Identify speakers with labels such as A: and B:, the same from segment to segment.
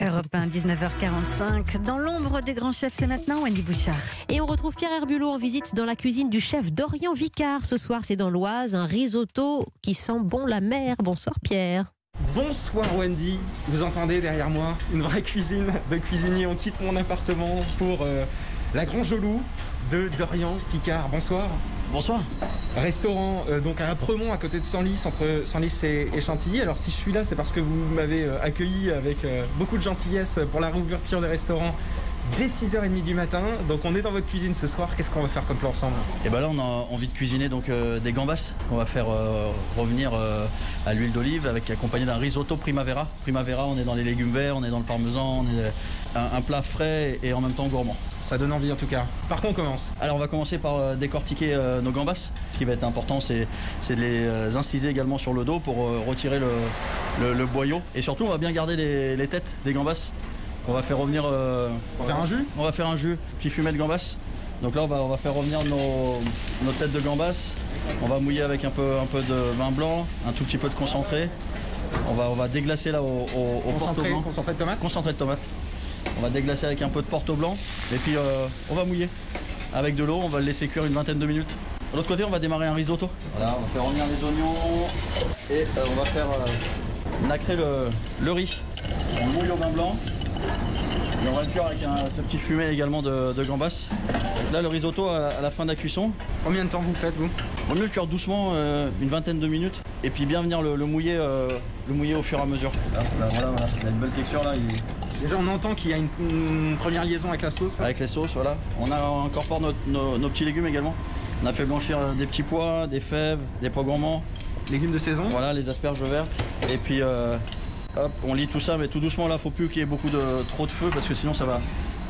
A: Europe 1, 19h45. Dans l'ombre des grands chefs, c'est maintenant Wendy Bouchard.
B: Et on retrouve Pierre Herbulot en visite dans la cuisine du chef Dorian Vicard. Ce soir, c'est dans l'Oise, un risotto qui sent bon la mer. Bonsoir Pierre.
C: Bonsoir Wendy, vous entendez derrière moi une vraie cuisine de cuisinier. On quitte mon appartement pour euh, la Grange au Loup de Dorian Picard. Bonsoir.
D: Bonsoir.
C: Restaurant euh, donc à Apremont à côté de Senlis, entre Senlis et, et Chantilly. Alors si je suis là, c'est parce que vous m'avez euh, accueilli avec euh, beaucoup de gentillesse pour la réouverture des restaurants dès 6h30 du matin. Donc on est dans votre cuisine ce soir. Qu'est-ce qu'on va faire comme plan ensemble
D: Et ben là, on a envie de cuisiner donc euh, des gambas qu'on va faire euh, revenir euh, à l'huile d'olive avec accompagné d'un risotto primavera. Primavera, on est dans les légumes verts, on est dans le parmesan, on est un, un plat frais et en même temps gourmand.
C: Ça donne envie en tout cas. Par quoi on commence
D: Alors on va commencer par euh, décortiquer euh, nos gambas. Ce qui va être important, c'est c'est de les euh, inciser également sur le dos pour euh, retirer le, le- le boyau. Et surtout, on va bien garder les, les têtes des gambas qu'on va faire revenir. euh,
C: On va faire un jus
D: On va faire un jus, petit fumet de gambas. Donc là, on va, on va faire revenir nos, nos têtes de gambas. On va mouiller avec un peu, un peu de vin blanc, un tout petit peu de concentré. On va, on va déglacer là au, au, au
C: Concentré,
D: porto-blanc.
C: concentré de tomate.
D: Concentré de tomate. On va déglacer avec un peu de porto blanc et puis euh, on va mouiller. Avec de l'eau, on va le laisser cuire une vingtaine de minutes. De l'autre côté, on va démarrer un risotto. Voilà, on va faire revenir les oignons et euh, on va faire euh, nacrer le, le riz. On mouille au vin blanc. Et on va le cuire avec un- ce petit fumet également de, de gambas. Donc Là, le risotto, à, à la fin de la cuisson,
C: Combien de temps vous faites vous
D: vaut mieux le cuire doucement, euh, une vingtaine de minutes, et puis bien venir le, le mouiller, euh, le mouiller au fur et à mesure. voilà, voilà, il a une belle texture là. il-
C: Déjà on entend qu'il y a une, une première liaison avec la sauce.
D: avec les sauces, voilà. On a incorporé nos, nos- nos petits légumes également. On a fait blanchir euh, des petits pois, des fèves, des pois gourmands,
C: Légumes de saison.
D: voilà les asperges vertes. Et puis euh, hop, on lit tout ça, mais tout doucement là, faut plus qu'il y ait beaucoup de trop de feu parce que sinon ça va,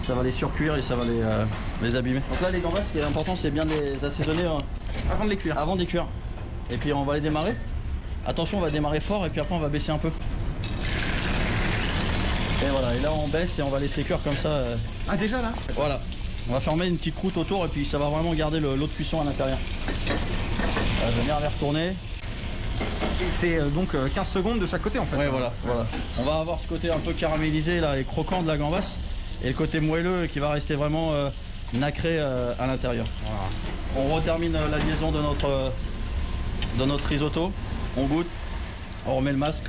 D: ça va les surcuire et ça va les, euh, les abîmer. Donc là les gambas, ce qui est important, c'est bien de les assaisonner hein,
C: Avant de les cuire.
D: avant de les cuire. Et puis on va les démarrer. Attention, on va démarrer fort et puis après on va baisser un peu. Et voilà, et là on baisse et on va laisser cuire comme ça. euh,
C: Ah déjà là
D: voilà, on va fermer une petite croûte autour et puis ça va vraiment garder le- l'eau de cuisson à l'intérieur. Voilà, je vais bien les retourner.
C: C'est euh, donc euh, 15 secondes de chaque côté en fait.
D: Ouais, voilà, voilà. On va avoir ce côté un peu caramélisé là et croquant de la gambasse et le côté moelleux qui va rester vraiment euh, nacré euh, à l'intérieur. On retermine euh, la liaison de notre, euh, de notre risotto. On goûte, on remet le masque.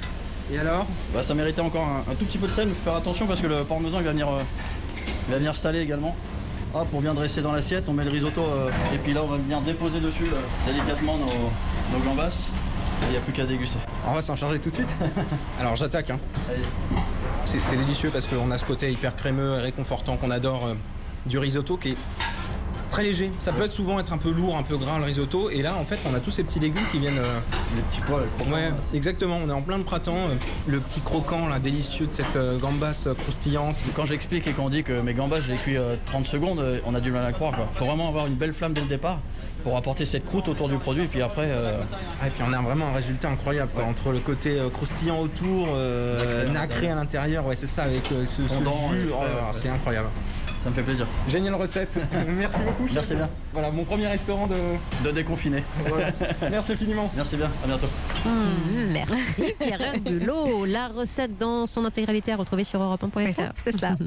C: Et alors
D: Bah, ça méritait encore un, un tout petit peu de sel, mais faut faire attention parce que le parmesan il va venir, euh, il va venir saler également. Hop, on vient dresser dans l'assiette, on met le risotto euh, et puis là on va venir déposer dessus euh, délicatement nos, nos gambas. Il n'y a plus qu'à déguster.
C: On va s'en charger tout de suite. Alors j'attaque. Hein.
D: Allez.
C: C'est c'est délicieux parce qu'on a ce côté hyper crémeux et réconfortant qu'on adore euh, du risotto qui est très léger. Ça peut être souvent être un peu lourd, un peu gras le risotto. Et là, en fait, on a tous ces petits légumes qui viennent. euh,
D: Les petits pois, les croquants, euh.
C: Ouais,
D: là.
C: exactement. On est en plein de printemps. euh, Le petit croquant là, délicieux de cette euh, gambasse euh, croustillante.
D: Quand j'explique et qu'on dit que mes gambas, je les cuis euh, 30 secondes, euh, on a du mal à croire. Il faut vraiment avoir une belle flamme dès le départ pour apporter cette croûte autour du produit et puis après euh,
C: Ah, et puis on a vraiment un résultat incroyable quoi, entre le côté euh, croustillant autour, euh,
D: Nacré à
C: nacré à l'intérieur. Ouais, c'est ça avec euh, ce, ce
D: Fondant,
C: jus.
D: euh,
C: Oh là là,
D: ouais.
C: c'est incroyable.
D: ça me fait plaisir.
C: Géniale recette. Merci beaucoup. chef.
D: Merci bien
C: Voilà, mon premier restaurant de.
D: de déconfiner.
C: Voilà. Merci infiniment.
D: Merci bien, à bientôt.
B: Merci Pierre Herbulot. La recette dans son intégralité à retrouver sur europe 1.fr.
A: C'est cela.